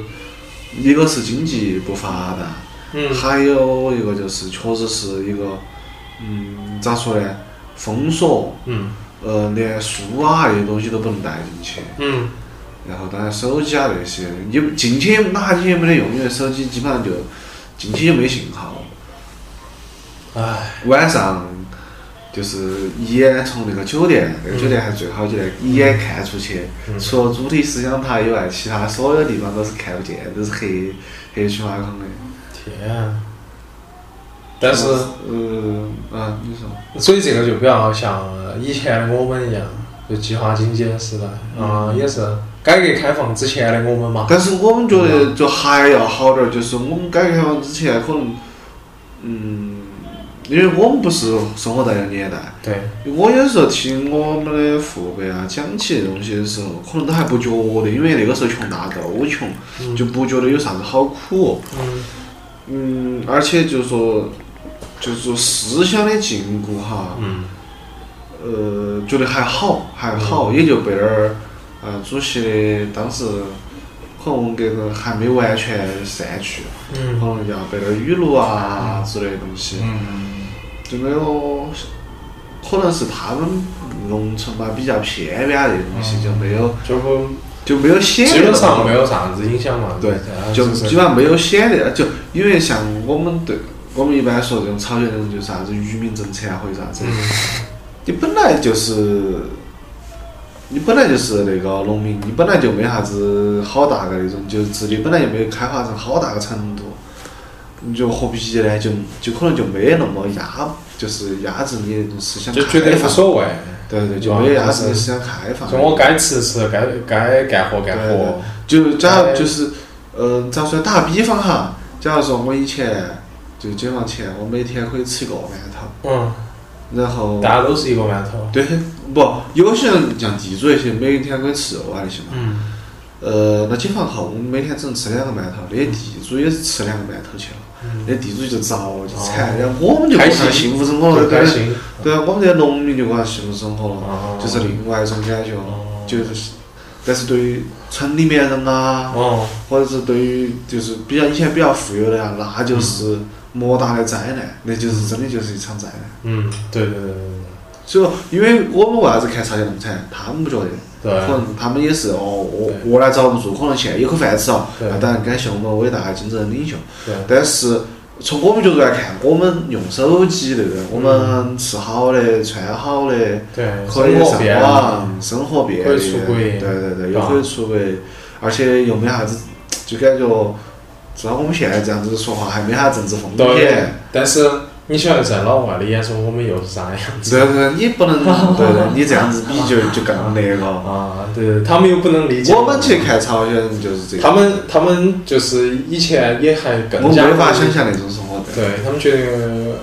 [SPEAKER 3] 一个是经济不发达，
[SPEAKER 2] 嗯
[SPEAKER 3] 还有一个就是确实是一个，嗯，咋说呢，封锁，
[SPEAKER 2] 嗯
[SPEAKER 3] 呃，连书啊这些东西都不能带进去，
[SPEAKER 2] 嗯
[SPEAKER 3] 然后当然手机啊那些，也进去哪你也没得用，因为手机基本上就进去就没信号。
[SPEAKER 2] 唉，
[SPEAKER 3] 晚上就是一眼从那个酒店，那个酒店还最好酒店，一眼看出去，除了主题思想塔以外，其他所有地方都是看不见，都是黑黑漆麻坑的。
[SPEAKER 2] 天啊！但是，
[SPEAKER 3] 呃，啊，你说，
[SPEAKER 2] 所以这个就比较像以前的我们一样，就计划经济的时代啊，
[SPEAKER 3] 嗯
[SPEAKER 2] 也是改革开放之前的我们嘛。
[SPEAKER 3] 但是我们觉得就还要好点儿，就是我们改革开放之前可能，嗯，因为我们不是生活在那个年代。
[SPEAKER 2] 对，
[SPEAKER 3] 我有时候听我们的父辈啊讲起这东西的时候，可能都还不觉得，因为那个时候穷大都穷，
[SPEAKER 2] 嗯
[SPEAKER 3] 就不觉得有啥子好苦。
[SPEAKER 2] 嗯
[SPEAKER 3] 嗯，而且就说，就是说思想的禁锢哈，
[SPEAKER 2] 嗯
[SPEAKER 3] 呃，觉得还好，还好，也就被那儿，呃，主席的当时可能这个还没完全散去，可
[SPEAKER 2] 嗯
[SPEAKER 3] 能要被那儿语录啊之类的东西。
[SPEAKER 2] 嗯
[SPEAKER 3] 就没有，可能是他们农村嘛比较偏远啊这些东西就没有
[SPEAKER 2] 就不
[SPEAKER 3] 就没有显得
[SPEAKER 2] 基本上没
[SPEAKER 3] 有
[SPEAKER 2] 有啥子影响嘛。
[SPEAKER 3] 对
[SPEAKER 2] 啊，
[SPEAKER 3] 就是基本上没有显得就因为像我们对我们一般说这种朝鲜人就是啥子愚民政策啊或者啥子，
[SPEAKER 2] 嗯
[SPEAKER 3] 你本来就是你本来就是那个农民，你本来就没啥子好大个那种，就是智力本来就没有开发成好大个程度，你就何必呢？就就可能就没那么压，就是压制你那种思想
[SPEAKER 2] 就觉得
[SPEAKER 3] 开
[SPEAKER 2] 无
[SPEAKER 3] 放。
[SPEAKER 2] 所谓。
[SPEAKER 3] 对对，就没有压制你思想开放。
[SPEAKER 2] 就我该吃吃，该该干活干
[SPEAKER 3] 对对
[SPEAKER 2] 活。
[SPEAKER 3] 就假如就是，嗯、咋说？打个比方哈，假如说我以前就解放前，我每天可以吃一个馒头，
[SPEAKER 2] 嗯，
[SPEAKER 3] 然后
[SPEAKER 2] 大家都是一个馒头。
[SPEAKER 3] 对，不，有些人像地主那些，每天可以吃肉啊那些嘛。
[SPEAKER 2] 嗯，
[SPEAKER 3] 呃，那解放后，我们每天只能吃两个馒头，那些地主也是吃两个馒头去了，
[SPEAKER 2] 嗯
[SPEAKER 3] 那地主就遭就惨，然后我们就过
[SPEAKER 2] 开
[SPEAKER 3] 上
[SPEAKER 2] 心
[SPEAKER 3] 幸福生活
[SPEAKER 2] 就
[SPEAKER 3] 了，
[SPEAKER 2] 开
[SPEAKER 3] 对，
[SPEAKER 2] 心。
[SPEAKER 3] 对啊，我们这些农民就过上幸福生活了，
[SPEAKER 2] 哦
[SPEAKER 3] 就是另外一种感觉了，
[SPEAKER 2] 哦
[SPEAKER 3] 就是，但是对于村里面人啊，
[SPEAKER 2] 哦，
[SPEAKER 3] 或者是对于就是比较以前比较富有的呀，那就是莫大的灾难，那就是真的就是一场灾难。
[SPEAKER 2] 嗯，对对对
[SPEAKER 3] 所以说，因为我们为啥子看《茶叶农场》，他们不觉得，
[SPEAKER 2] 对
[SPEAKER 3] 可
[SPEAKER 2] 对。
[SPEAKER 3] 能他们也是哦，我
[SPEAKER 2] 对
[SPEAKER 3] 我来遭不住，可能现在有口饭吃了，
[SPEAKER 2] 对
[SPEAKER 3] 那当然感谢我们伟大的金正领袖。
[SPEAKER 2] 对对
[SPEAKER 3] 但是从我们角度来看，我们用手机对不对？我们
[SPEAKER 2] 嗯
[SPEAKER 3] 吃好的，穿好的，
[SPEAKER 2] 对，
[SPEAKER 3] 可以
[SPEAKER 2] 生活变
[SPEAKER 3] 上
[SPEAKER 2] 了。
[SPEAKER 3] 网，生活便利，
[SPEAKER 2] 可以出轨
[SPEAKER 3] 对对对，
[SPEAKER 2] 是吧
[SPEAKER 3] 又可以出国，而且又没啥子，就感觉，至少我们现在这样子说话，还没啥政治风
[SPEAKER 2] 对
[SPEAKER 3] 险。，
[SPEAKER 2] 但是你晓得，在老外的眼中，我们又是啥样子？
[SPEAKER 3] 对对，你
[SPEAKER 2] [LAUGHS]
[SPEAKER 3] 不能，对对，你这样子比就就更那个。
[SPEAKER 2] 啊，对对，他们又不能理解
[SPEAKER 3] 我们去看朝鲜人就是这
[SPEAKER 2] 他
[SPEAKER 3] 样，
[SPEAKER 2] 们他们就是以前也还
[SPEAKER 3] 我
[SPEAKER 2] 更加
[SPEAKER 3] 没法想象那种生活的。
[SPEAKER 2] 对他们觉得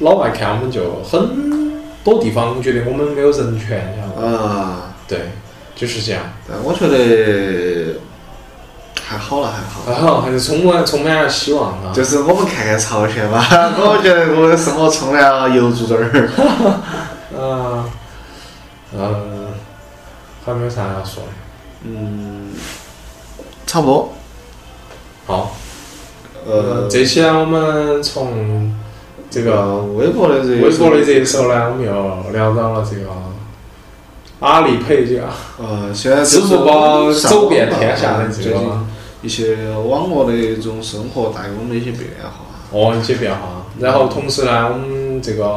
[SPEAKER 2] 老外看我们就很多地方觉得我们没有人权，晓得吗？
[SPEAKER 3] 啊，
[SPEAKER 2] 对，就是这样。
[SPEAKER 3] 但我觉得还好了，还好。
[SPEAKER 2] 然啊后还是充满充满了希望啊！
[SPEAKER 3] 就是我们看看朝鲜吧， [LAUGHS] 我觉得我的生活充满了油猪嘴儿。
[SPEAKER 2] 嗯嗯，还没有啥要说的。
[SPEAKER 3] 嗯，差不多。
[SPEAKER 2] 好，
[SPEAKER 3] 呃，
[SPEAKER 2] 这期呢，我们从这
[SPEAKER 3] 这
[SPEAKER 2] 个
[SPEAKER 3] 个微博的这
[SPEAKER 2] 微博的热搜呢，我们又聊到了这个阿里配这个
[SPEAKER 3] 呃，现在
[SPEAKER 2] 支付宝走遍天下的这
[SPEAKER 3] 最
[SPEAKER 2] 个
[SPEAKER 3] 近
[SPEAKER 2] 吗
[SPEAKER 3] 一些网络的一种生活带给我们的一些变化。
[SPEAKER 2] 哦一些变化。然后同时呢，我们这个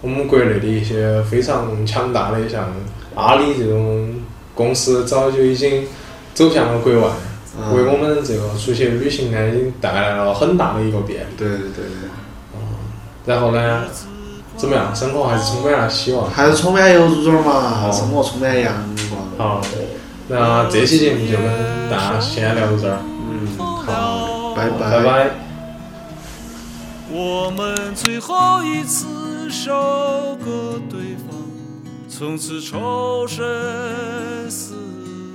[SPEAKER 2] 我们国内的一些非常强大的像阿里这种公司，早就已经走向了国外，
[SPEAKER 3] 嗯
[SPEAKER 2] 为我们这个出去旅行呢，已经带来了很大的一个便利。
[SPEAKER 3] 啊对对对，
[SPEAKER 2] 然后呢，怎么样？生活还是充满了希望。
[SPEAKER 3] 还是充满油猪嘴儿嘛，
[SPEAKER 2] 哦
[SPEAKER 3] 生活充满阳光。
[SPEAKER 2] 好，那这期节目就跟大家先聊到这儿，
[SPEAKER 3] 嗯，
[SPEAKER 1] 好
[SPEAKER 3] 好，拜
[SPEAKER 2] 拜拜。
[SPEAKER 1] 我们最后一次收割对方，从此仇深似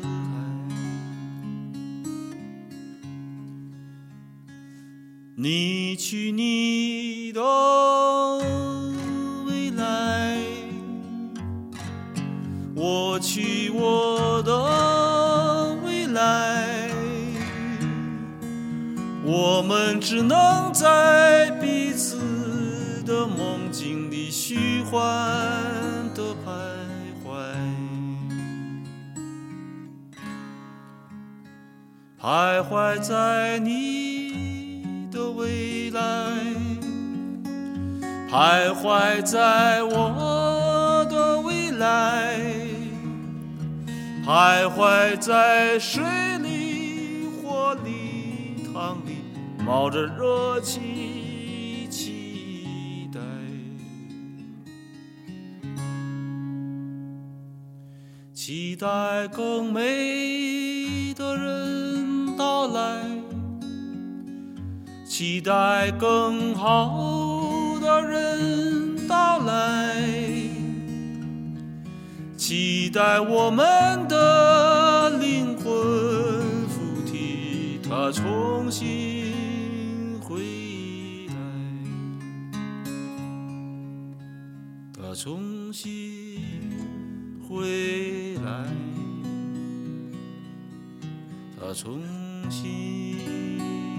[SPEAKER 1] 海。你去你的未来，我去我的未来。我们只能在彼此的梦境里虚幻的徘徊，徘徊在你的未来，徘徊在我的未来。徘徊在水里、火里、汤里，冒着热气，期待。期待更美的人到来，期待更好的人到来。期待我们的灵魂附体，它重新回来，它重新回来，它重新。